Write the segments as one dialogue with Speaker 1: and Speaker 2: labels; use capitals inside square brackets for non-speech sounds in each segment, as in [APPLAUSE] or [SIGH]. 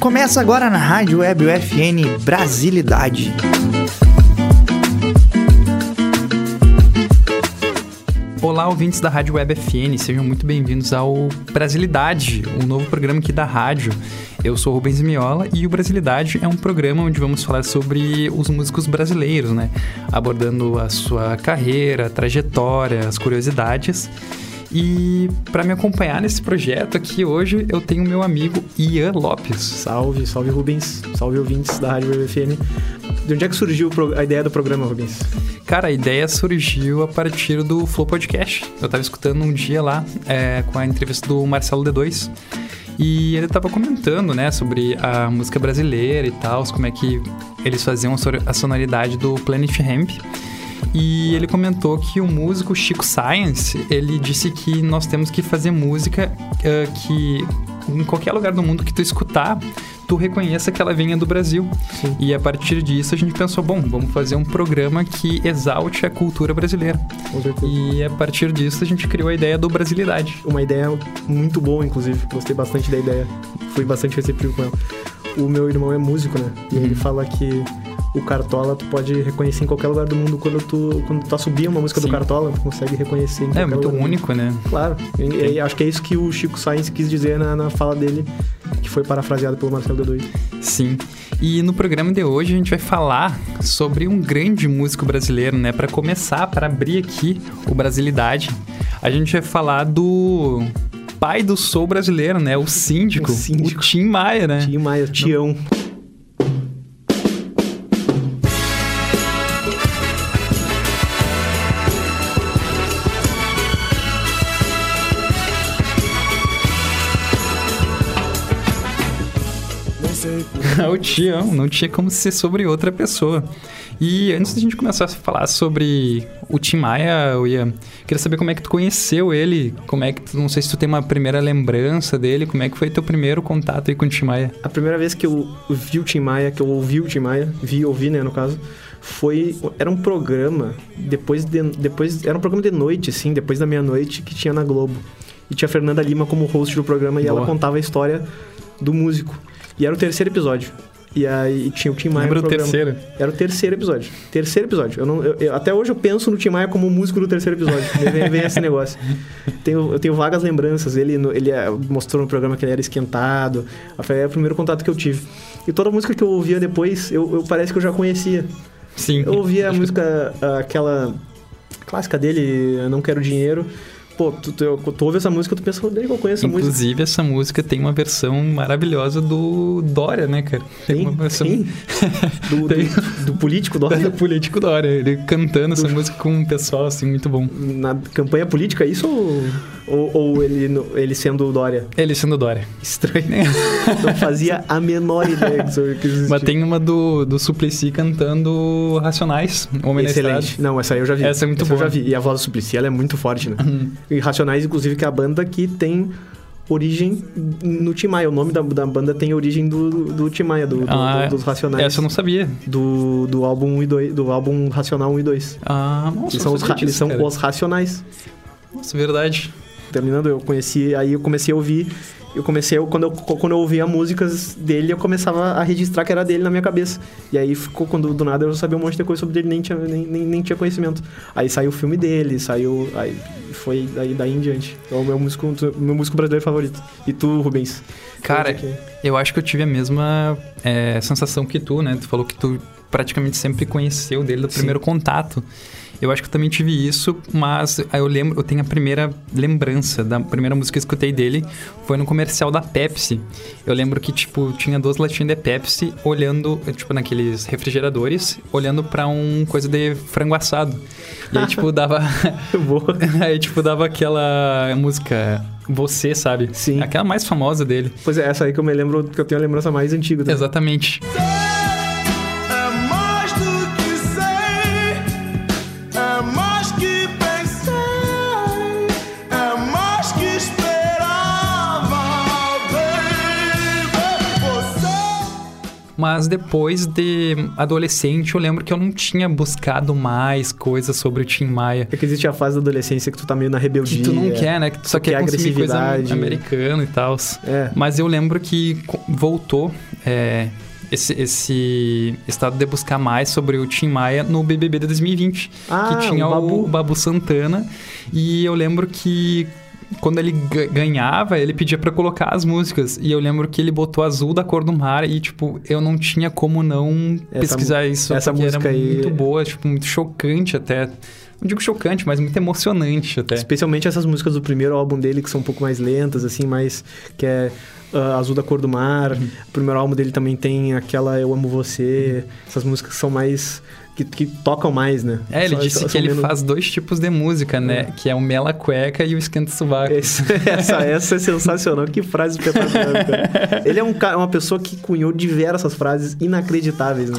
Speaker 1: Começa agora na Rádio Web UFN Brasilidade.
Speaker 2: Olá, ouvintes da Rádio Web FN, sejam muito bem-vindos ao Brasilidade, um novo programa aqui da rádio. Eu sou o Rubens Miola e o Brasilidade é um programa onde vamos falar sobre os músicos brasileiros, né? Abordando a sua carreira, a trajetória, as curiosidades. E para me acompanhar nesse projeto aqui hoje, eu tenho meu amigo Ian Lopes.
Speaker 3: Salve, salve Rubens, salve ouvintes da Rádio BBFM. De onde é que surgiu o pro- a ideia do programa, Rubens?
Speaker 2: Cara, a ideia surgiu a partir do Flow Podcast. Eu tava escutando um dia lá é, com a entrevista do Marcelo D2. E ele tava comentando, né, sobre a música brasileira e tal, como é que eles faziam a sor- a sonoridade do Planet Hemp. E ele comentou que o músico Chico Science, ele disse que nós temos que fazer música eh, que em qualquer lugar do mundo que tu escutar, tu reconheça que ela venha do Brasil.
Speaker 3: Sim.
Speaker 2: E a partir disso a gente pensou, bom, vamos fazer um programa que exalte a cultura brasileira.
Speaker 3: Com certeza.
Speaker 2: E a partir disso a gente criou a ideia do Brasilidade.
Speaker 3: Uma ideia muito boa, inclusive. Gostei bastante da ideia. Fui bastante receptivo com ela. O meu irmão é músico, né? E
Speaker 2: Uhum.
Speaker 3: ele fala que o Cartola tu pode reconhecer em qualquer lugar do mundo quando tu, quando tu assobia uma música
Speaker 2: Sim.
Speaker 3: do Cartola, tu consegue reconhecer em qualquer
Speaker 2: É muito
Speaker 3: lugar do mundo.
Speaker 2: único, né?
Speaker 3: Claro, E- e acho que é isso que o Chico Sainz quis dizer na, na fala dele, que foi parafraseado pelo Marcelo D2.
Speaker 2: Sim. E no programa de hoje a gente vai falar sobre um grande músico brasileiro, né? Para começar, para abrir aqui o Brasilidade, a gente vai falar do pai do soul brasileiro, né? O síndico,
Speaker 3: O síndico.
Speaker 2: o Tim Maia, né?
Speaker 3: Tim Maia, Tião.
Speaker 2: [LAUGHS] É o Tião, não tinha como ser sobre outra pessoa. E antes da gente começar a falar sobre o Tim Maia, eu ia queria saber como é que tu conheceu ele, como é que tu, não sei se tu tem uma primeira lembrança dele, como é que foi teu primeiro contato aí com o Tim Maia?
Speaker 3: A primeira vez que eu vi o Tim Maia, que eu ouvi o Tim Maia, vi e ouvi, né, no caso, foi... Era um programa, depois de... Depois, era um programa de noite, assim, depois da meia-noite, que tinha na Globo. E tinha a Fernanda Lima como host do programa, e
Speaker 2: Boa.
Speaker 3: ela contava a história do músico. E era o terceiro episódio. E aí tinha o Tim Maia
Speaker 2: Lembra
Speaker 3: no
Speaker 2: do
Speaker 3: programa.
Speaker 2: terceiro?
Speaker 3: Era o terceiro episódio. Terceiro episódio. Eu não, eu- eu- até hoje eu penso no Tim Maia como o músico do terceiro episódio. vem, vem esse negócio. Tenho- eu tenho vagas lembranças. Ele, no- ele eh, mostrou no programa que ele era esquentado. Foi é o primeiro contato que eu tive. E toda música que eu ouvia depois, eu, eu parece que eu já conhecia.
Speaker 2: Sim.
Speaker 3: Eu ouvia a música, ah, aquela clássica dele, Eu Não Quero Dinheiro. Pô, tu, tu, tu ouve essa música, tu pensa, "Rodrigo, eu conheço essa música.
Speaker 2: Inclusive, essa música tem uma versão maravilhosa do Dória, né, cara?
Speaker 3: Tem?
Speaker 2: uma versão
Speaker 3: Tem?
Speaker 2: [LAUGHS]
Speaker 3: Do,
Speaker 2: Tem.
Speaker 3: do, do político, do
Speaker 2: [LAUGHS] do político Dória. Ele cantando essa música com um pessoal, assim, muito bom.
Speaker 3: na campanha política, é isso ou, ou, ou ele, no- ele sendo o Dória?
Speaker 2: Ele sendo
Speaker 3: [LAUGHS]
Speaker 2: Dória.
Speaker 3: Estranho. Não fazia a menor ideia que isso que isso existia.
Speaker 2: Mas tem uma do, do Suplicy cantando Racionais, um Homem na
Speaker 3: Excelente.
Speaker 2: Estrada.
Speaker 3: Não, essa aí eu já vi.
Speaker 2: Essa é muito
Speaker 3: eu
Speaker 2: boa. Uhum.
Speaker 3: já vi. E a voz do Suplicy, ela é muito forte, né? E Racionais, inclusive, que é a banda que tem origem no Tim Maia. O nome da, da banda tem origem do, do Tim Maia, do, do-
Speaker 2: Ah,
Speaker 3: do- dos Racionais.
Speaker 2: Essa eu não sabia.
Speaker 3: do, do álbum 1 e 2, do álbum Racional 1 e 2.
Speaker 2: Ah, nossa,
Speaker 3: Eles são,
Speaker 2: eu
Speaker 3: os,
Speaker 2: sabia
Speaker 3: ra- eles
Speaker 2: disso,
Speaker 3: são
Speaker 2: cara.
Speaker 3: os Racionais.
Speaker 2: Nossa, verdade.
Speaker 3: terminando, eu conheci, aí eu comecei a ouvir, eu comecei, eu- quando eu, quando eu ouvia músicas dele, eu começava a registrar que era dele na minha cabeça. E aí ficou, quando do nada eu sabia um monte de coisa sobre ele, nem tinha, nem, nem, nem tinha conhecimento. Aí saiu o filme dele, saiu, aí foi aí, daí em diante. É o meu músico, meu músico brasileiro favorito. E tu, Rubens?
Speaker 2: Cara,
Speaker 3: Onde que-
Speaker 2: Eu acho que eu tive a mesma é, sensação que tu, né? Tu falou que tu praticamente sempre conheceu dele do primeiro contato. Eu acho que eu também tive isso, mas aí eu lembro, eu tenho a primeira lembrança da primeira música que eu escutei dele foi no comercial da Pepsi. Eu lembro que tipo tinha duas latinhas de Pepsi olhando, eh, tipo naqueles refrigeradores, olhando pra um coisa de frango assado. E aí tipo dava [LAUGHS]
Speaker 3: eu vou.
Speaker 2: aí tipo dava aquela música você, sabe?
Speaker 3: Sim.
Speaker 2: Aquela mais famosa dele.
Speaker 3: Pois é, essa aí que eu me lembro, que eu tenho a lembrança mais antiga. né?
Speaker 2: Exatamente.
Speaker 4: É mais do que sei, é mais que pensei, é mais que esperava, baby. Você
Speaker 2: Mas depois de adolescente, eu lembro que eu não tinha buscado mais coisas sobre o Tim Maia.
Speaker 3: É que existe a fase da adolescência que tu tá meio na rebeldia.
Speaker 2: Que tu não quer, né? Que tu só
Speaker 3: Tu quer
Speaker 2: quer consumir coisa
Speaker 3: agressividade.
Speaker 2: americana e tal.
Speaker 3: É.
Speaker 2: Mas eu lembro que co- voltou é, esse, esse estado de buscar mais sobre o Tim Maia no BBB de 2020.
Speaker 3: Ah,
Speaker 2: que tinha
Speaker 3: o
Speaker 2: o
Speaker 3: Babu.
Speaker 2: Babu. Santana. E eu lembro que quando ele ga- ganhava, ele pedia pra colocar as músicas. E eu lembro que ele botou Azul da Cor do Mar. E, tipo, eu não tinha como não
Speaker 3: Essa
Speaker 2: pesquisar isso.
Speaker 3: essa
Speaker 2: porque
Speaker 3: música
Speaker 2: era
Speaker 3: aí-
Speaker 2: muito boa, tipo, muito chocante até. Não digo chocante, mas muito emocionante até.
Speaker 3: Especialmente essas músicas do primeiro álbum dele, que são um pouco mais lentas, assim, mais. que é ah, Azul da Cor do Mar.
Speaker 2: Uhum.
Speaker 3: O primeiro álbum dele também tem aquela Eu Amo Você.
Speaker 2: Uhum.
Speaker 3: Essas músicas que são mais. que, que tocam mais, né?
Speaker 2: É, ele
Speaker 3: São-
Speaker 2: disse
Speaker 3: são-
Speaker 2: que
Speaker 3: são
Speaker 2: ele
Speaker 3: menos-
Speaker 2: faz dois tipos de música, né? Que é o Mela Cueca e o Esquenta Sovaco.
Speaker 3: Esse- [LAUGHS] essa, essa é sensacional, que frase espetacular, cara. Ele é um cara, uma pessoa que cunhou diversas frases inacreditáveis, né?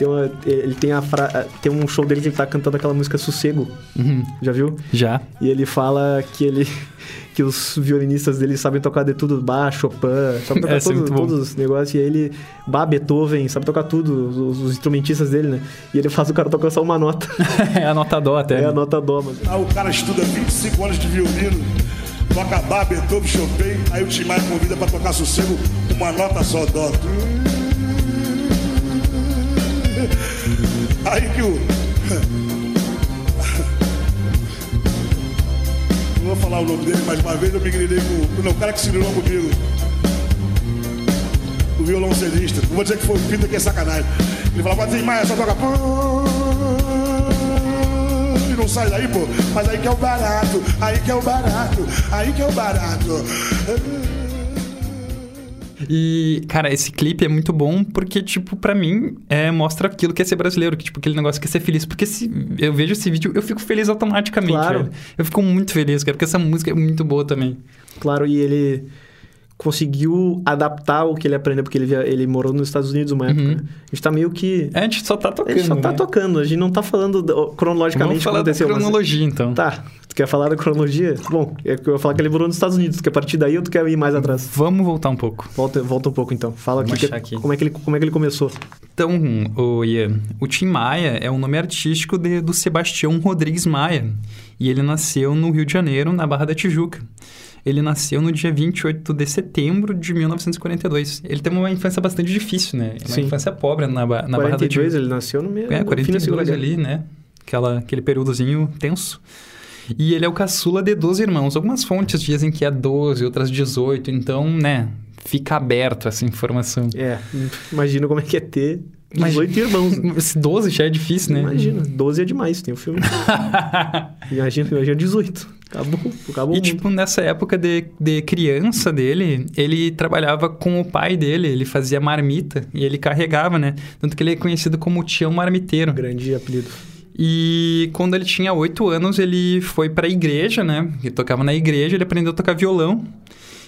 Speaker 3: Tem uma- ele tem, a fra- tem um show dele que ele tá cantando aquela música Sossego,
Speaker 2: Uhum,
Speaker 3: já viu?
Speaker 2: já. [LAUGHS]
Speaker 3: E ele fala que ele [LAUGHS] que os violinistas dele sabem tocar de tudo, Bach, Chopin, sabe tocar
Speaker 2: Essa é
Speaker 3: todos,
Speaker 2: muito bom.
Speaker 3: todos os negócios. E aí ele, Bach, Beethoven, sabe tocar tudo, os, os instrumentistas dele, né? E ele faz o cara tocar só uma nota, [LAUGHS]
Speaker 2: é a nota dó até.
Speaker 3: é
Speaker 2: né?
Speaker 3: a nota dó, mano.
Speaker 5: Aí Ah, o cara estuda 25 anos de violino, toca bar, Beethoven, Chopin, aí o Tim Maia convida pra tocar sossego, uma nota só dó. [LAUGHS] Aí que o. [LAUGHS] Não vou falar o nome dele mais uma vez, eu me grilei com. Não, o cara que se grilou comigo. O violoncelista. Não vou dizer que foi o Pita, que é sacanagem. Ele falava, mas Maia, só toca. E não sai daí, pô. Mas aí que é o barato, aí que é o barato, aí que é o barato.
Speaker 2: E, cara, esse clipe é muito bom porque, tipo, pra mim, é, mostra aquilo que é ser brasileiro, que, tipo, aquele negócio que é ser feliz. Porque se eu vejo esse vídeo, eu fico feliz automaticamente,
Speaker 3: Claro.
Speaker 2: velho. Eu fico muito feliz, cara, porque essa música é muito boa também.
Speaker 3: Claro, e ele conseguiu adaptar o que ele aprendeu, porque ele, via- ele morou nos Estados Unidos uma época. né? A gente tá meio que.
Speaker 2: A gente só tá Uhum. tocando.
Speaker 3: A gente só tá
Speaker 2: né?
Speaker 3: tocando, a gente não tá falando do- cronologicamente
Speaker 2: Vamos
Speaker 3: o que
Speaker 2: falar da
Speaker 3: aconteceu. mas-
Speaker 2: cronologia, então.
Speaker 3: Tá, tu quer falar da cronologia? Bom, é que eu ia falar que ele morou nos Estados Unidos, tu quer partir daí ou tu quer ir mais atrás?
Speaker 2: Vamos voltar um pouco.
Speaker 3: Volta, volta um pouco então, fala aqui,
Speaker 2: Vamos
Speaker 3: que-
Speaker 2: achar aqui.
Speaker 3: Como, é que ele, como é que ele começou.
Speaker 2: Então, o Ian, o Tim Maia é o nome artístico de- do Sebastião Rodrigues Maia. E ele nasceu no Rio de Janeiro, na Barra da Tijuca. Ele nasceu no dia 28 de setembro de 1942. Ele teve uma infância bastante difícil, né? Uma
Speaker 3: Sim.
Speaker 2: infância pobre na, Ba- na Barra da
Speaker 3: 42,
Speaker 2: Tijuca.
Speaker 3: ele nasceu no meio.
Speaker 2: É,
Speaker 3: no fim da
Speaker 2: 42
Speaker 3: Segunda Guerra.
Speaker 2: ali, né? Aquela, aquele períodozinho tenso. E ele é o caçula de 12 irmãos. Algumas fontes dizem que é 12, outras 18. Então, né? Fica aberto essa informação.
Speaker 3: É, imagina como é que é ter 18 [LAUGHS] irmãos. né?
Speaker 2: Esse 12 já é difícil, né?
Speaker 3: Imagina, 12 é demais, tem o [LAUGHS] filme. imagina, imagina 18. Acabou, acabou
Speaker 2: E,
Speaker 3: o mundo.
Speaker 2: tipo, nessa época de, de criança dele, ele trabalhava com o pai dele, ele fazia marmita e ele carregava, né? Tanto que ele é conhecido como o Tião Marmiteiro.
Speaker 3: Grande apelido.
Speaker 2: E quando ele tinha oito anos, ele foi pra igreja, né? Ele tocava na igreja, ele aprendeu a tocar violão.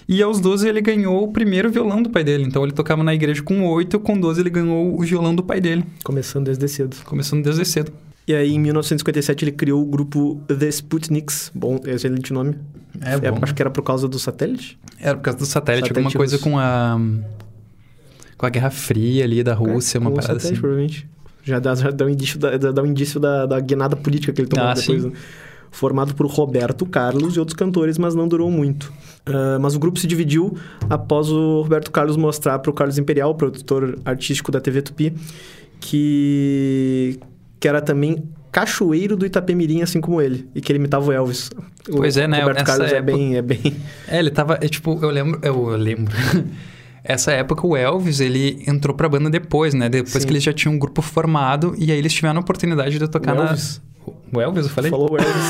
Speaker 2: E aos 12 ele ganhou o primeiro violão do pai dele. Então ele tocava na igreja com oito, com 12 ele ganhou o violão do pai dele.
Speaker 3: Começando desde cedo.
Speaker 2: Começando desde cedo.
Speaker 3: E aí, em 1957, ele criou o grupo The Sputniks. Bom, excelente nome.
Speaker 2: É bom.
Speaker 3: Acho que era por causa do satélite.
Speaker 2: Era por causa do satélite,
Speaker 3: Satélite
Speaker 2: alguma coisa
Speaker 3: russo.
Speaker 2: com a. Com a Guerra Fria ali da Rússia, uma
Speaker 3: Com o
Speaker 2: parada
Speaker 3: satélite,
Speaker 2: assim.
Speaker 3: provavelmente. Já dá, já dá um indício, da, dá- dá um indício da, da guinada política que ele tomou
Speaker 2: Ah,
Speaker 3: depois.
Speaker 2: sim.
Speaker 3: né? Formado por Roberto Carlos e outros cantores, mas não durou muito. Ah, mas o grupo se dividiu após o Roberto Carlos mostrar para o Carlos Imperial, produtor artístico da TV Tupi, que, que era também cachoeiro do Itapemirim, assim como ele, e que ele imitava o Elvis. O
Speaker 2: Pois é, né?
Speaker 3: Roberto
Speaker 2: Nessa
Speaker 3: Carlos é
Speaker 2: época-
Speaker 3: bem, é bem
Speaker 2: É, ele tava. é, tipo, eu lembro. Eu lembro. [LAUGHS] Essa época o Elvis, ele entrou pra banda depois, né? Depois
Speaker 3: Sim.
Speaker 2: que eles já tinham um grupo formado e aí eles tiveram a oportunidade de tocar
Speaker 3: O
Speaker 2: na.
Speaker 3: Elvis?
Speaker 2: O Elvis, eu falei?
Speaker 3: Falou o Elvis.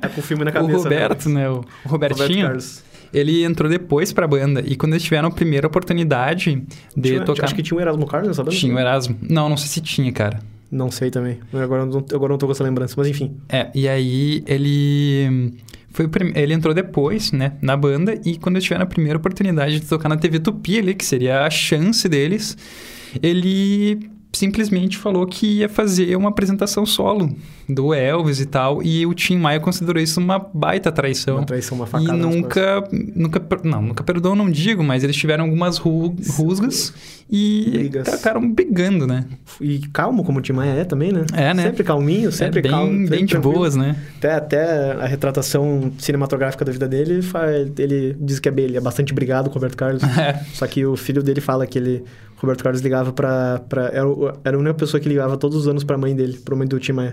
Speaker 3: tá com o filme
Speaker 2: [LAUGHS]
Speaker 3: na
Speaker 2: o
Speaker 3: cabeça.
Speaker 2: Roberto,
Speaker 3: né?
Speaker 2: né? O o Robertinho.
Speaker 3: Carlos.
Speaker 2: ele entrou depois pra banda. E quando eles tiveram a primeira oportunidade de
Speaker 3: Tinha-
Speaker 2: tocar.
Speaker 3: Acho que tinha o Erasmo Carlos nessa banda? né?
Speaker 2: tinha um o Erasmo. Não, não sei se tinha, cara.
Speaker 3: Não sei também. Agora eu não, agora eu não tô com essa lembrança, mas enfim.
Speaker 2: É, e aí ele foi o prim- ele entrou depois, né, na banda e quando eles tiveram a primeira oportunidade de tocar na TV Tupi ali, que seria a chance deles, ele simplesmente falou que ia fazer uma apresentação solo do Elvis e tal, e o Tim Maia considerou isso uma baita traição.
Speaker 3: Uma traição, uma
Speaker 2: E
Speaker 3: facada nas
Speaker 2: nunca, nunca, per- não, nunca perdoou, não digo, mas eles tiveram algumas ru- rusgas e
Speaker 3: Brigas.
Speaker 2: acabaram brigando, né?
Speaker 3: E calmo, como o Tim Maia é também, né?
Speaker 2: É, né?
Speaker 3: Sempre calminho, sempre
Speaker 2: é bem,
Speaker 3: calmo. sempre
Speaker 2: bem de
Speaker 3: tranquilo.
Speaker 2: boas, né?
Speaker 3: Até, até a retratação cinematográfica da vida dele, ele fa- ele diz que é bem, ele é bastante brigado com o
Speaker 2: [LAUGHS]
Speaker 3: Roberto Carlos.
Speaker 2: É.
Speaker 3: Só que o filho dele fala que ele, o Roberto Carlos ligava pra... pra era, o- era a única pessoa que ligava todos os anos pra mãe dele, pra mãe do Tim Maia.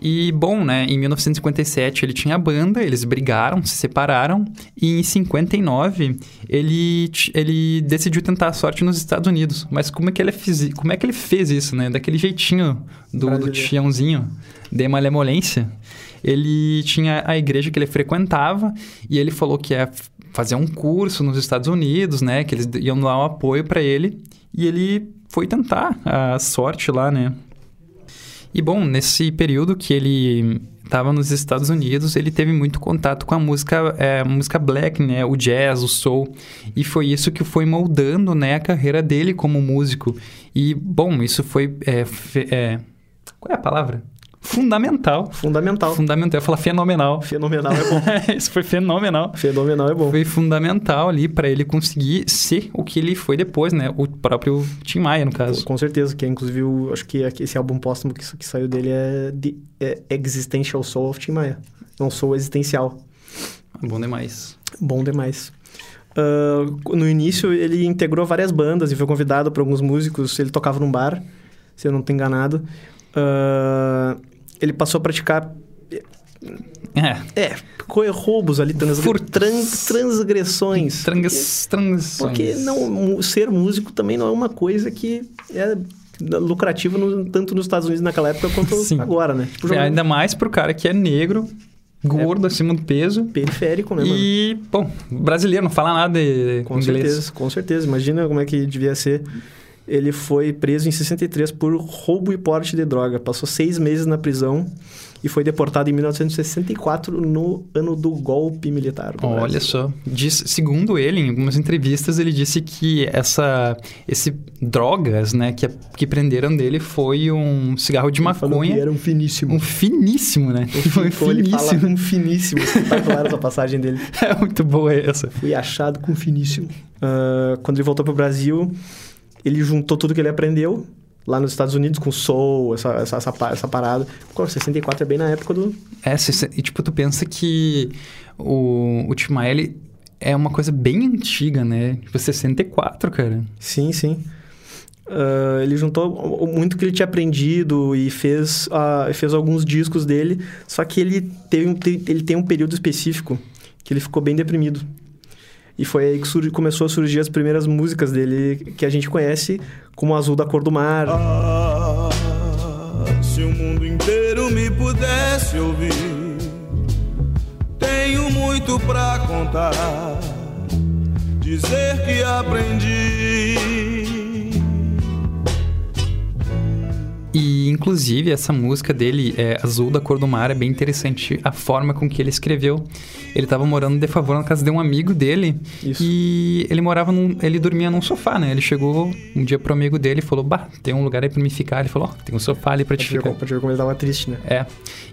Speaker 2: E, bom, né, em 1957 ele tinha a banda, eles brigaram, se separaram, e em 59 ele, t- ele decidiu tentar a sorte nos Estados Unidos. Mas como é que ele fez, como é que ele fez isso, né? Daquele jeitinho do, do
Speaker 3: Brasileiro.
Speaker 2: tiãozinho, de malemolência. Ele tinha a igreja que ele frequentava e ele falou que ia f- fazer um curso nos Estados Unidos, né? Que eles d- iam dar um apoio pra ele. E ele foi tentar a sorte lá, né? E bom, nesse período que ele estava nos Estados Unidos, ele teve muito contato com a música, é, música black, né? O jazz, o soul. E foi isso que foi moldando, né? A carreira dele como músico. E, bom, isso foi... é, fe- é, qual é a palavra? Fundamental.
Speaker 3: Fundamental.
Speaker 2: Fundamental. Eu ia falar fenomenal. [LAUGHS]
Speaker 3: Fenomenal é bom.
Speaker 2: isso foi fenomenal.
Speaker 3: Fenomenal é bom.
Speaker 2: Foi fundamental ali para ele conseguir ser o que ele foi depois, né? O próprio Tim Maia, no caso.
Speaker 3: Com certeza, que é, inclusive o- acho que aqui- esse álbum póstumo que, que saiu dele é, The é Existential Soul of Tim Maia. Não sou existencial.
Speaker 2: Bom demais.
Speaker 3: Bom demais. Ah, no início, ele integrou várias bandas e foi convidado por alguns músicos. Ele tocava num bar, se eu não estou enganado. Ah, ele passou a praticar
Speaker 2: É.
Speaker 3: é, co- roubos ali, trans,
Speaker 2: Furtos.
Speaker 3: trans- transgressões.
Speaker 2: Trans, trans,
Speaker 3: Porque não, mu- ser músico também não é uma coisa que é lucrativa no- tanto nos Estados Unidos naquela época quanto
Speaker 2: Sim.
Speaker 3: agora, né? Tipo,
Speaker 2: É,
Speaker 3: jogar
Speaker 2: Ainda mais pro cara que é negro, gordo, acima do peso.
Speaker 3: periférico, É. né, mano?
Speaker 2: E, bom, brasileiro, não fala nada de
Speaker 3: Com
Speaker 2: inglês.
Speaker 3: certeza, com certeza. Imagina como é que devia ser. Ele foi preso em 63 por roubo e porte de droga. Passou seis meses na prisão e foi deportado em 1964, no ano do golpe militar. é? do
Speaker 2: Olha
Speaker 3: Brasil.
Speaker 2: só. Diz- segundo ele, em algumas entrevistas, ele disse que essa esse drogas, né, que, que prenderam dele foi um cigarro de
Speaker 3: Ele falou que
Speaker 2: maconha.
Speaker 3: Era um finíssimo.
Speaker 2: Um finíssimo, né? Foi
Speaker 3: Como ele fala,
Speaker 2: finíssimo. [LAUGHS]
Speaker 3: um finíssimo. Tá claro essa passagem dele.
Speaker 2: É muito boa essa.
Speaker 3: Fui achado com finíssimo. Ah, quando ele voltou pro Brasil, ele juntou tudo que ele aprendeu lá nos Estados Unidos com soul, essa, essa, essa, pa- essa parada. Claro, 64 é bem na época do...
Speaker 2: É, se- se- e tipo, tu pensa que o, o Tim Maia, ele é uma coisa bem antiga, né? Tipo, 64, cara.
Speaker 3: Sim, sim. Ah, ele juntou o- o muito que ele tinha aprendido e fez, ah, fez alguns discos dele, só que ele, teve, um- te- ele tem um período específico que ele ficou bem deprimido. E foi aí que surgi- começou a surgir as primeiras músicas dele que a gente conhece, como Azul da Cor do Mar,
Speaker 4: Ah, se o mundo inteiro me pudesse ouvir, tenho muito pra contar, dizer que aprendi.
Speaker 2: E, inclusive, essa música dele, é, Azul da Cor do Mar, é bem interessante a forma com que ele escreveu. Ele tava morando de favor na casa de um amigo dele.
Speaker 3: Isso.
Speaker 2: E ele morava num... Ele dormia num sofá, né? Ele chegou um dia pro amigo dele e falou, bah, tem um lugar aí pra me ficar. Ele falou, ó, tem um sofá ali pra te
Speaker 3: Pra te ver
Speaker 2: ficar.
Speaker 3: como- pra te ver como ele tava triste, né?
Speaker 2: É.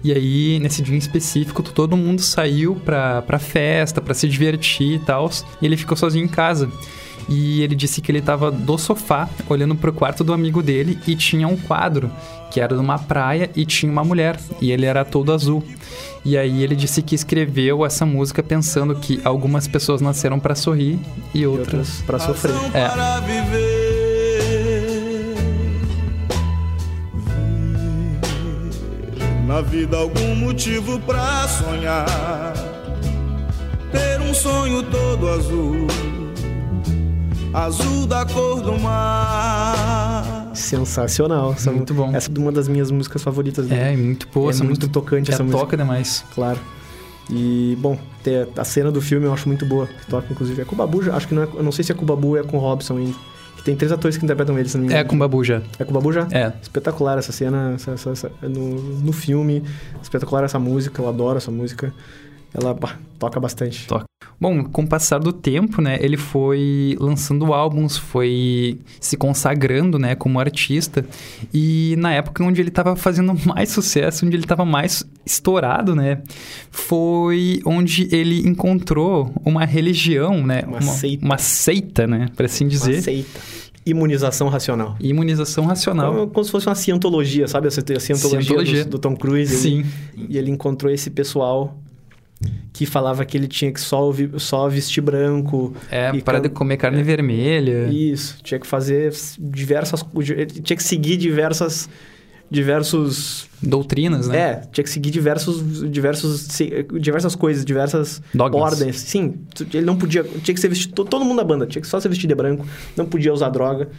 Speaker 2: E aí, nesse dia em específico, t- todo mundo saiu pra, pra festa, pra se divertir e tal. E ele ficou sozinho em casa. E ele disse que ele tava do sofá, olhando pro quarto do amigo dele, e tinha um quadro, que era numa praia, e tinha uma mulher. E ele era todo azul. E aí ele disse que escreveu essa música pensando que algumas pessoas nasceram pra sorrir e outras
Speaker 3: Outras pra sofrer.
Speaker 4: Razão
Speaker 2: É.
Speaker 4: para viver. Ver Na vida algum motivo pra sonhar. Ter um sonho todo azul, azul da cor do mar.
Speaker 3: Sensacional. Essa,
Speaker 2: Muito bom.
Speaker 3: Essa é uma das minhas músicas favoritas dele.
Speaker 2: É, e muito boa,
Speaker 3: É
Speaker 2: essa
Speaker 3: muito
Speaker 2: música.
Speaker 3: tocante
Speaker 2: É,
Speaker 3: essa música.
Speaker 2: toca demais.
Speaker 3: Claro. E, bom, tem a- a cena do filme eu acho muito boa. que Toca, inclusive. É com o Babu, já- acho que não é. Eu não sei se é com o Babu ou é com o Robson ainda. Que tem três atores que interpretam ele, se não me
Speaker 2: É
Speaker 3: engano.
Speaker 2: com Babu já.
Speaker 3: É com o Babu já?
Speaker 2: É.
Speaker 3: Espetacular essa cena essa- essa- essa- no, no filme, espetacular essa música, eu adoro essa música. Ela bah, toca bastante.
Speaker 2: Toca. Bom, com o passar do tempo, né, ele foi lançando álbuns, foi se consagrando, né, como artista. E na época onde ele estava fazendo [LAUGHS] mais sucesso, onde ele estava mais estourado, né, foi onde ele encontrou uma religião, né,
Speaker 3: Uma seita.
Speaker 2: uma seita, né, para assim dizer.
Speaker 3: Aceita. Imunização racional.
Speaker 2: Imunização racional.
Speaker 3: Então, Como, como se fosse uma cientologia, sabe? A ci- a cientologia,
Speaker 2: Cientologia.
Speaker 3: Do, do Tom Cruise.
Speaker 2: Sim.
Speaker 3: Ele- e ele encontrou esse pessoal que falava que ele tinha que só, ouvir- só vestir branco.
Speaker 2: É,
Speaker 3: E
Speaker 2: para
Speaker 3: can-
Speaker 2: de comer carne vermelha.
Speaker 3: Isso. Tinha que fazer diversas... co- Ele tinha que seguir diversas... Diversos...
Speaker 2: Doutrinas, né?
Speaker 3: É, tinha que seguir diversos, diversos, se- diversas coisas, diversas
Speaker 2: Dogmas.
Speaker 3: ordens. Sim, tu- ele não podia... Tinha que ser vestido... to- Todo mundo da banda tinha que só ser vestido de branco. Não podia usar droga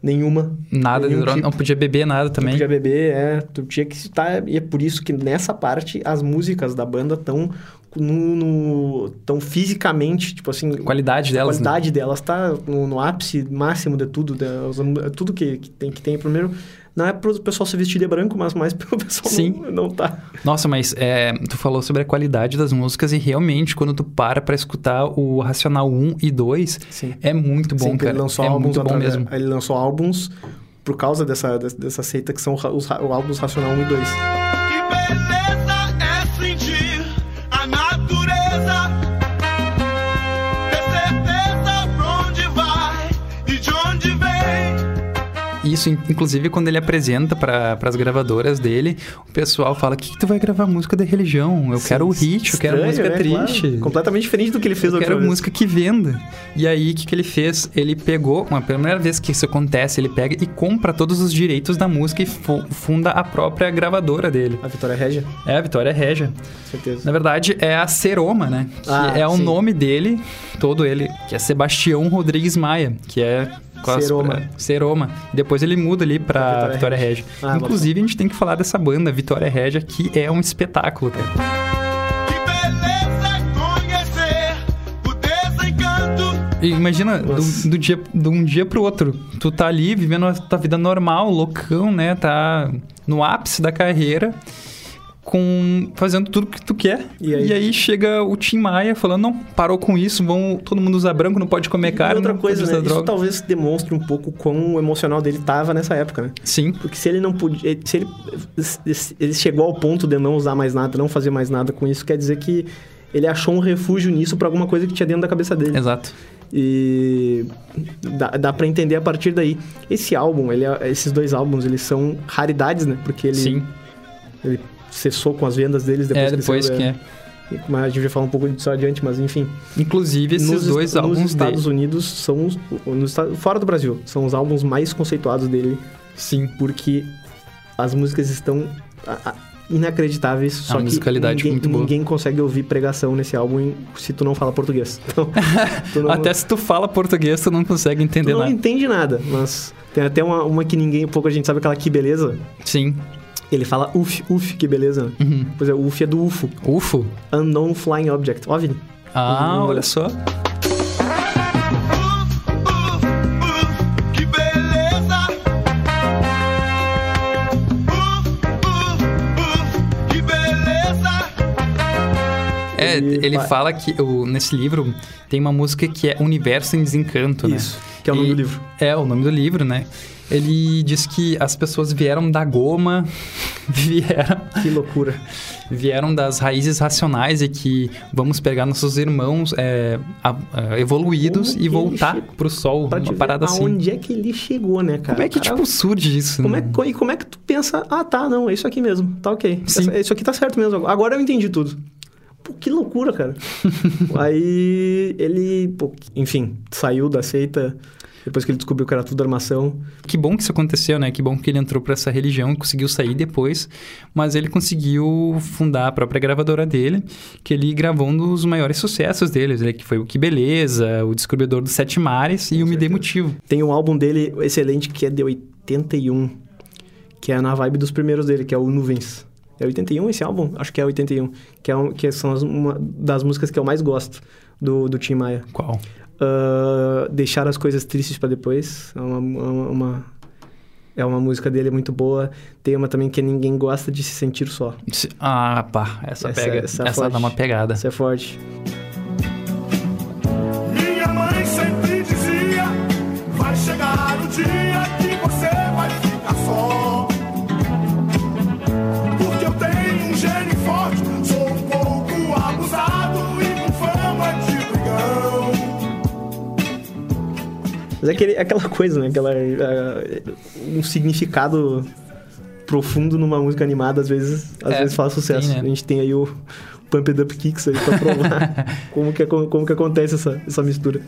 Speaker 3: nenhuma.
Speaker 2: Nada de
Speaker 3: Nenhum
Speaker 2: droga, não
Speaker 3: tipo.
Speaker 2: podia beber nada também.
Speaker 3: Podia beber, é. Tu tinha que estar. E é por isso que nessa parte as músicas da banda estão no, no- tão fisicamente, tipo assim.
Speaker 2: A Qualidade
Speaker 3: a
Speaker 2: delas, né?
Speaker 3: qualidade delas tá no, no ápice máximo de tudo, de- os am- tudo que, que tem que tem. Primeiro, não é pro pessoal se vestir de branco, mas mais pro [LAUGHS] pessoal
Speaker 2: Sim.
Speaker 3: Não, não tá.
Speaker 2: Nossa, mas é, tu falou sobre a qualidade das músicas e realmente quando tu para pra escutar o Racional 1 e 2,
Speaker 3: Sim.
Speaker 2: é muito bom,
Speaker 3: Sempre
Speaker 2: cara.
Speaker 3: Ele lançou um
Speaker 2: é
Speaker 3: álbuns
Speaker 2: muito bom
Speaker 3: através-
Speaker 2: mesmo.
Speaker 3: Ele lançou álbuns por causa dessa, dessa, dessa seita que são ra- os, ra- o álbuns Racional 1 e 2.
Speaker 4: Que beleza é sentir a natureza, ter certeza pra onde vai e de onde vem.
Speaker 2: Isso, in- inclusive, quando ele apresenta pra as gravadoras dele, o pessoal fala: que, que tu vai gravar música da religião? Eu quero o hit, eu quero
Speaker 3: Estranho,
Speaker 2: música
Speaker 3: né? Claro.
Speaker 2: triste.
Speaker 3: Completamente diferente do que ele fez
Speaker 2: Eu
Speaker 3: outra
Speaker 2: quero
Speaker 3: vez.
Speaker 2: música que venda. E aí, o que, que ele fez? Ele pegou, uma primeira vez que isso acontece, ele pega e compra todos os direitos da música e fu- funda a própria gravadora dele.
Speaker 3: A Vitória Regia,
Speaker 2: É a Vitória Regia.
Speaker 3: certeza.
Speaker 2: Na verdade, é a Seroma, né? Que
Speaker 3: Ah,
Speaker 2: é o
Speaker 3: sim.
Speaker 2: nome dele, todo ele, que é Sebastião Rodrigues Maia, que é... quase
Speaker 3: Seroma.
Speaker 2: pra- Seroma. Depois ele muda ali pra
Speaker 3: Pra
Speaker 2: Vitória
Speaker 3: Vitória
Speaker 2: Regia.
Speaker 3: Ah, bacana.
Speaker 2: Inclusive, a gente tem que falar dessa banda, Vitória Regia, que é um espetáculo, cara.
Speaker 4: Que beleza é conhecer o desencanto.
Speaker 2: E imagina,
Speaker 3: Nossa.
Speaker 2: do, do dia, de um dia pro outro, tu tá ali vivendo a tua vida normal, loucão, né? Tá no ápice da carreira... Com, fazendo tudo que tu quer.
Speaker 3: E aí?
Speaker 2: chega o Tim Maia falando: não, parou com isso, vão todo mundo usar branco, não pode comer carne.
Speaker 3: e outra
Speaker 2: não pode
Speaker 3: coisa,
Speaker 2: usar
Speaker 3: né? Isso
Speaker 2: droga."
Speaker 3: talvez demonstre um pouco quão emocional dele tava nessa época, né?
Speaker 2: Sim.
Speaker 3: Porque se ele não podia. ele- Se ele, eh, ele chegou ao ponto de não usar mais nada, não fazer mais nada com isso, quer dizer que ele achou um refúgio nisso pra alguma coisa que tinha dentro da cabeça dele.
Speaker 2: Exato.
Speaker 3: E dá, dá para entender a partir daí. Esse álbum, ele é- esses dois álbuns, eles são raridades, né? Porque ele,
Speaker 2: Sim.
Speaker 3: ele cessou com as vendas deles depois
Speaker 2: é,
Speaker 3: que
Speaker 2: depois
Speaker 3: ele
Speaker 2: que
Speaker 3: saiu,
Speaker 2: é.
Speaker 3: é. Mas a gente vai falar um pouco disso adiante, mas enfim.
Speaker 2: Inclusive, esses
Speaker 3: nos,
Speaker 2: dois
Speaker 3: nos
Speaker 2: álbuns
Speaker 3: Estados
Speaker 2: dele.
Speaker 3: Unidos são os, nos Esta- fora do Brasil são os álbuns mais conceituados dele
Speaker 2: Sim.
Speaker 3: porque as músicas estão a- a- inacreditáveis só
Speaker 2: musicalidade
Speaker 3: que ninguém,
Speaker 2: muito boa.
Speaker 3: ninguém consegue ouvir pregação nesse álbum em- se tu não fala português [LAUGHS] então tu não,
Speaker 2: Até se tu fala português, tu não consegue
Speaker 3: tu
Speaker 2: entender
Speaker 3: não
Speaker 2: nada.
Speaker 3: entende nada mas tem até uma, uma que ninguém pouco a gente sabe aquela que beleza
Speaker 2: Sim.
Speaker 3: ele fala uf uf que beleza
Speaker 2: Uhum.
Speaker 3: pois é uf é do ufo
Speaker 2: Ufo.
Speaker 3: unknown flying object óbvio
Speaker 2: Ah,
Speaker 3: Uhum.
Speaker 2: olha só.
Speaker 4: Uh, uh, que beleza. Uh, uh, uh, que beleza.
Speaker 2: É,
Speaker 3: Ele
Speaker 2: ele
Speaker 3: fa-
Speaker 2: fala que o, nesse livro tem uma música que é Universo em Desencanto, né?
Speaker 3: Isso, que é o nome
Speaker 2: E-
Speaker 3: do livro.
Speaker 2: É, o nome do livro, né? Ele diz que as pessoas vieram da goma, [LAUGHS] vieram
Speaker 3: que loucura
Speaker 2: vieram das raízes racionais e que vamos pegar nossos irmãos é, a- a- evoluídos
Speaker 3: Como
Speaker 2: e
Speaker 3: que
Speaker 2: voltar
Speaker 3: ele chegou?
Speaker 2: pro sol,
Speaker 3: Pra te
Speaker 2: uma
Speaker 3: ver
Speaker 2: parada assim.
Speaker 3: aonde é que ele chegou né cara
Speaker 2: Como é que,
Speaker 3: O cara
Speaker 2: tipo, surge isso?
Speaker 3: Como é,
Speaker 2: né?
Speaker 3: co- e como é que tu pensa, ah, tá, não, é isso aqui mesmo, tá ok.
Speaker 2: Sim.
Speaker 3: Essa- isso aqui tá certo mesmo. agora. Agora eu entendi tudo. Pô, que loucura, cara. Aí ele, pô, enfim, saiu da seita depois que ele descobriu que era tudo armação.
Speaker 2: Que bom que isso aconteceu, né? Que bom que ele entrou pra essa religião e conseguiu sair depois. Mas ele conseguiu fundar a própria gravadora dele, que ele gravou um dos maiores sucessos deles, né? Que foi o Que Beleza, o Descobridor dos Sete Mares e o Me Dê Motivo.
Speaker 3: Tem um álbum dele excelente que é de 81, que é na vibe dos primeiros dele, que é o Nuvens. É 81 esse álbum? Acho que é 81, que, é um, que são as- uma das músicas que eu mais gosto do, do Tim Maia.
Speaker 2: Qual?
Speaker 3: Ah, deixar as coisas tristes pra depois. É uma, uma, uma- É uma música dele muito boa. Tem uma também que é Ninguém Gosta de Se Sentir Só.
Speaker 2: Se- Ah, pá, essa,
Speaker 3: Essa-
Speaker 2: pega.
Speaker 3: essa
Speaker 2: Essa,
Speaker 3: é forte.
Speaker 2: dá uma pegada.
Speaker 3: Isso é forte.
Speaker 5: Minha mãe sempre dizia: Vai chegar o dia que você vai ficar só. Porque eu tenho um gene forte, sou um pouco abusado e com fama de brigão.
Speaker 3: Mas é aquele- aquela coisa, né? Aquela, eh, um significado profundo numa música animada, às vezes, às
Speaker 2: É,
Speaker 3: vezes faz sucesso.
Speaker 2: tem, né?
Speaker 3: A gente tem aí o Pump It Up Kicks aí pra
Speaker 2: [LAUGHS]
Speaker 3: provar como, que, é, como, que acontece essa, essa mistura.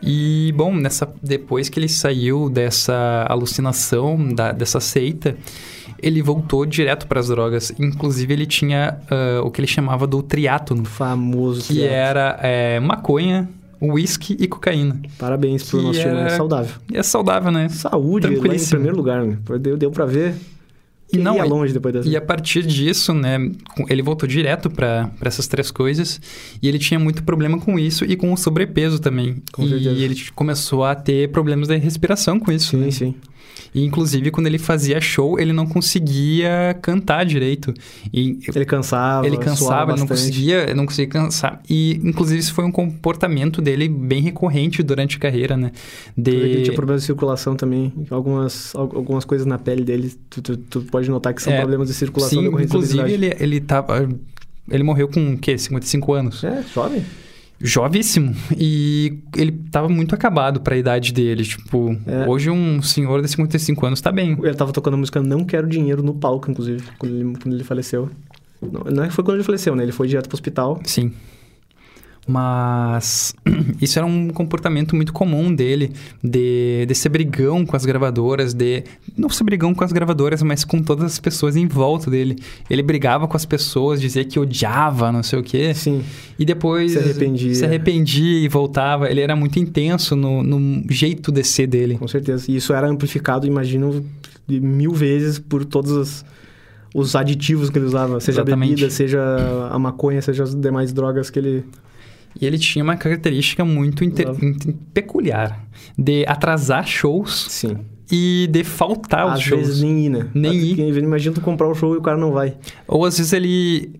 Speaker 2: E, bom, nessa, depois que ele saiu dessa alucinação, da- dessa seita, ele voltou direto para as drogas. Inclusive, ele tinha ah, o que ele chamava do triátono,
Speaker 3: Famoso.
Speaker 2: que
Speaker 3: triângulo.
Speaker 2: era eh, maconha, uísque e cocaína.
Speaker 3: Parabéns pro
Speaker 2: que
Speaker 3: nosso time,
Speaker 2: era-
Speaker 3: é saudável.
Speaker 2: E é saudável, né?
Speaker 3: Saúde lá em
Speaker 2: Tranquilíssimo.
Speaker 3: primeiro lugar, né? Deu, deu pra ver.
Speaker 2: E
Speaker 3: Ele
Speaker 2: não,
Speaker 3: ia
Speaker 2: e-
Speaker 3: longe depois dessa.
Speaker 2: E a partir disso, né, com- ele voltou direto para essas três coisas e ele tinha muito problema com isso e com o sobrepeso também.
Speaker 3: Com
Speaker 2: e
Speaker 3: certeza.
Speaker 2: ele t- começou a ter problemas da respiração com isso.
Speaker 3: Sim,
Speaker 2: né?
Speaker 3: sim.
Speaker 2: E inclusive quando ele fazia show, ele não conseguia cantar direito. E
Speaker 3: Ele cansava,
Speaker 2: ele
Speaker 3: suava
Speaker 2: cansava, ele não
Speaker 3: bastante.
Speaker 2: conseguia, ele não conseguia cansar. E inclusive isso foi um comportamento dele bem recorrente durante a carreira, né?
Speaker 3: Ele
Speaker 2: De
Speaker 3: tinha problema de circulação também. Algumas, al- algumas coisas na pele dele, tu, tu- tu pode notar que são
Speaker 2: É,
Speaker 3: problemas de circulação
Speaker 2: Sim,
Speaker 3: decorrentes da
Speaker 2: inclusive
Speaker 3: obesidade.
Speaker 2: ele ele tava ele morreu com o quê? 55 anos.
Speaker 3: É, jovem.
Speaker 2: jovíssimo e ele tava muito acabado pra idade dele, tipo,
Speaker 3: É.
Speaker 2: hoje um senhor de 55 anos tá bem.
Speaker 3: Ele tava tocando a música Não Quero Dinheiro no palco, inclusive, quando ele, quando ele faleceu. Não, não é que foi quando ele faleceu, né? Ele foi direto pro hospital.
Speaker 2: Sim. Mas [CLEARS THROAT] isso era um comportamento muito comum dele, de, de ser brigão com as gravadoras, de. Não ser brigão com as gravadoras, mas com todas as pessoas em volta dele. Ele brigava com as pessoas, dizia que odiava, não sei o quê.
Speaker 3: Sim.
Speaker 2: E depois.
Speaker 3: Se arrependia. né?
Speaker 2: Se arrependia e voltava. Ele era muito intenso no, no jeito de ser dele.
Speaker 3: Com certeza. E isso era amplificado, imagino, de mil vezes por todos os, os aditivos que ele usava. Seja
Speaker 2: Exatamente.
Speaker 3: a bebida, seja a maconha, seja as demais drogas que ele...
Speaker 2: E ele tinha uma característica muito inter-
Speaker 3: Usava.
Speaker 2: in- peculiar de atrasar shows
Speaker 3: Sim.
Speaker 2: e de faltar
Speaker 3: Às
Speaker 2: Ah, os shows.
Speaker 3: vezes nem ir, né?
Speaker 2: Nem ir.
Speaker 3: Imagina tu comprar o show e o cara não vai.
Speaker 2: Ou às vezes ele,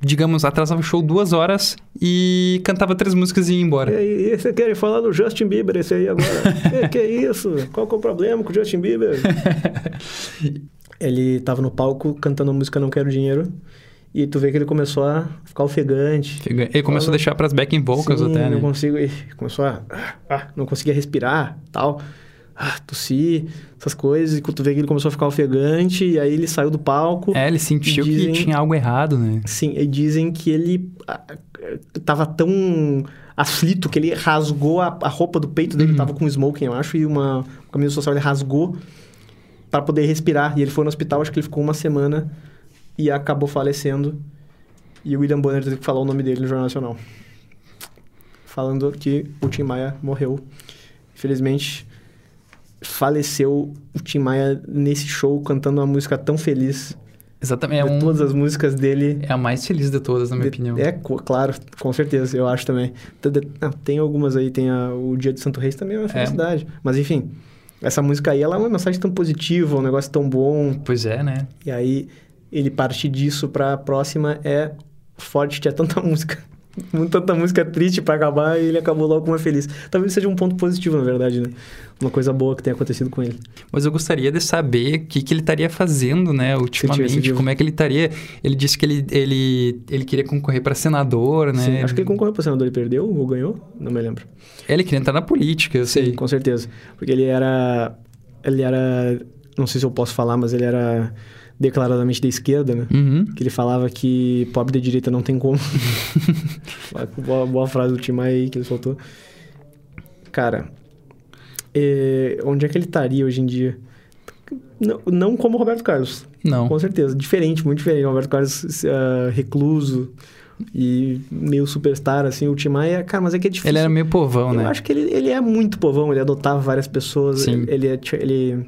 Speaker 2: digamos, atrasava o show duas horas e cantava três músicas e ia embora.
Speaker 3: E aí, e você quer falar do Justin Bieber esse
Speaker 2: [LAUGHS]
Speaker 3: aí agora? que, que é isso? Qual que é o problema com o Justin Bieber? ele tava no palco cantando a música Não Quero Dinheiro. E tu vê que ele começou a ficar ofegante.
Speaker 2: Ele começou a deixar pras backing vocals
Speaker 3: Sim,
Speaker 2: até, né?
Speaker 3: não consigo... e Começou a... ah, não conseguia respirar, tal. Ah, tossir, essas coisas. E tu vê que ele começou a ficar ofegante. E aí ele saiu do palco.
Speaker 2: É, ele sentiu
Speaker 3: Dizem-
Speaker 2: que tinha algo errado, né?
Speaker 3: Sim, e dizem que ele ah, ah, tava tão aflito que ele rasgou a, a roupa do peito
Speaker 2: Uhum.
Speaker 3: dele, tava com um smoking, eu acho, e uma, uma camisa social, ele rasgou para poder respirar. E ele foi no hospital, acho que ele ficou uma semana e acabou falecendo. E o William Bonner teve que falar o nome dele no Jornal Nacional. Falando que o Tim Maia morreu. Infelizmente, faleceu o Tim Maia nesse show cantando uma música tão feliz.
Speaker 2: Exatamente. É,
Speaker 3: de
Speaker 2: um-
Speaker 3: todas as músicas dele.
Speaker 2: é a mais feliz de todas, na minha
Speaker 3: De-
Speaker 2: opinião.
Speaker 3: É, co- claro, com certeza, eu acho também. T- de- ah, Tem algumas aí, tem a- o Dia de Santo Reis também é uma felicidade. Mas enfim, essa música aí, ela é uma mensagem tão positiva, um negócio tão bom.
Speaker 2: Pois é, né?
Speaker 3: E aí, ele parte disso pra próxima é forte, tinha tanta [LAUGHS] música. muito- Tanta música triste pra acabar e ele acabou logo com uma feliz. Talvez seja um ponto positivo, na verdade, né? Uma coisa boa que tenha acontecido com ele.
Speaker 2: Mas eu gostaria de saber o que, que ele estaria fazendo, né, ultimamente,
Speaker 3: vivo.
Speaker 2: como é que ele estaria... Ele disse que ele, ele, ele queria concorrer para senador, né?
Speaker 3: Sim, acho que ele concorreu pro senador e perdeu ou ganhou? Não me lembro.
Speaker 2: Ele queria entrar na política, eu sei.
Speaker 3: Com certeza. Porque ele era. Ele era. Não sei se eu posso falar, mas ele era declaradamente da esquerda, né?
Speaker 2: Uhum.
Speaker 3: Que ele falava que pobre da direita não
Speaker 2: [LAUGHS]
Speaker 3: tem como. boa, boa frase do Tim Maia aí que ele soltou. Cara, eh, onde é que ele estaria hoje em dia? Não, não como Roberto Carlos,
Speaker 2: Não.
Speaker 3: com certeza. Diferente, muito diferente. Roberto Carlos ah, recluso e meio superstar, assim. O Tim Maia, cara, mas é que é difícil.
Speaker 2: Ele era meio povão,
Speaker 3: Eu
Speaker 2: né?
Speaker 3: acho que ele, ele é muito povão, ele adotava várias pessoas,
Speaker 2: Sim.
Speaker 3: ele é ti- ele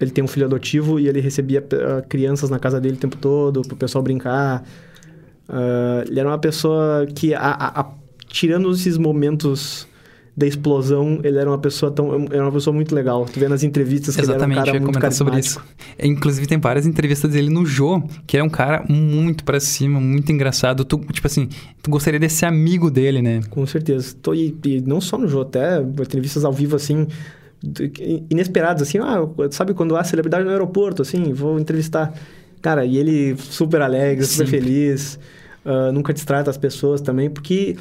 Speaker 3: ele tem um filho adotivo e ele recebia ah, crianças na casa dele o tempo todo, pro pessoal brincar. Ah, ele era uma pessoa que, a- a- a- tirando esses momentos da explosão, ele era uma pessoa tão. Era uma pessoa muito legal. Tu vê nas entrevistas que
Speaker 2: Exatamente,
Speaker 3: ele era um
Speaker 2: eu
Speaker 3: cara
Speaker 2: ia
Speaker 3: muito
Speaker 2: comentar sobre
Speaker 3: carismático.
Speaker 2: isso. É, Inclusive, tem várias entrevistas dele no Jô, que é um cara muito pra cima, muito engraçado. Tu, tipo assim, tu gostaria de ser amigo dele, né?
Speaker 3: Com certeza. Tô, e, e não só no jogo, até entrevistas ao vivo, assim, do- inesperadas, assim, ah, sabe quando há celebridade no aeroporto, assim, vou entrevistar. Cara, e ele super alegre, super
Speaker 2: Sempre.
Speaker 3: feliz, ah, nunca distrata as pessoas também, porque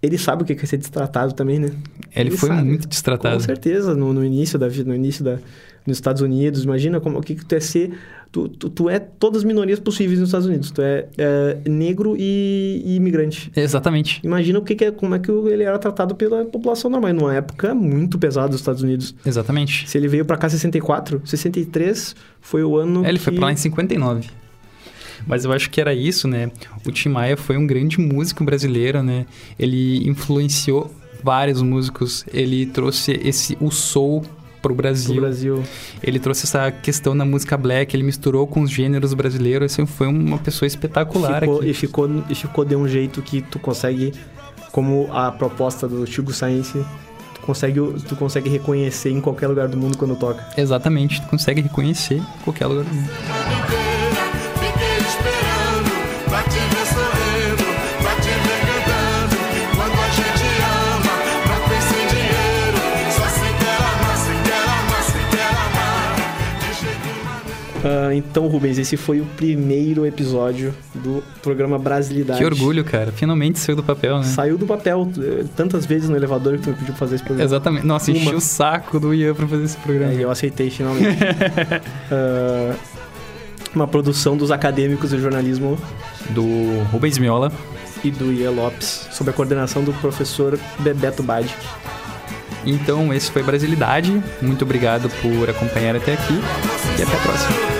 Speaker 3: ele sabe o que é ser destratado também, né?
Speaker 2: É, Ele, foi
Speaker 3: sabe.
Speaker 2: muito destratado.
Speaker 3: Com certeza, no, no início da vida, no início da, nos Estados Unidos, imagina como o que, que tu é ser. Tu, tu, tu é todas as minorias possíveis nos Estados Unidos. Tu é, é, negro e, e imigrante.
Speaker 2: Exatamente.
Speaker 3: Imagina o que, que é, como é que ele era tratado pela população normal. E numa época muito pesada dos Estados Unidos.
Speaker 2: Exatamente.
Speaker 3: Se ele veio pra cá em 64, 63 foi o ano.
Speaker 2: É, ele
Speaker 3: que...
Speaker 2: foi pra lá em 59. Mas eu acho que era isso, né? O Tim Maia foi um grande músico brasileiro, né? Ele influenciou vários músicos. Ele trouxe esse o soul pro
Speaker 3: pro
Speaker 2: Brasil.
Speaker 3: Brasil.
Speaker 2: Ele trouxe essa questão da música black. Ele misturou com os gêneros brasileiros. Assim, foi uma pessoa espetacular
Speaker 3: ficou,
Speaker 2: aqui.
Speaker 3: E ficou, e ficou de um jeito que tu consegue, como a proposta do Chico Science, tu consegue, tu consegue reconhecer em qualquer lugar do mundo quando toca.
Speaker 2: Exatamente. Tu consegue reconhecer em qualquer lugar do mundo.
Speaker 4: inteira, Fiquei esperando pra te ver sorrindo, pra te ver cantando. Quando a gente ama, não tem sem dinheiro. Só se quer amar, se quer amar, se quer amar. De jeito maneiro.
Speaker 3: Ah, então, Rubens, esse foi o primeiro episódio do programa Brasilidade.
Speaker 2: Que orgulho, cara. Finalmente saiu do papel, né?
Speaker 3: Saiu do papel eh, tantas vezes no elevador que tu me pediu pra fazer esse programa.
Speaker 2: Exatamente. Nossa, enchi
Speaker 3: Uma.
Speaker 2: o saco do Ian pra fazer esse programa.
Speaker 3: É, E eu aceitei finalmente. Ah, uma produção dos acadêmicos de jornalismo
Speaker 2: Do Rubens Miola.
Speaker 3: e do Ian Lopes, sob a coordenação do professor Bebeto Badic.
Speaker 2: Então, esse foi Brasilidade. Muito obrigado por acompanhar até aqui e até a próxima.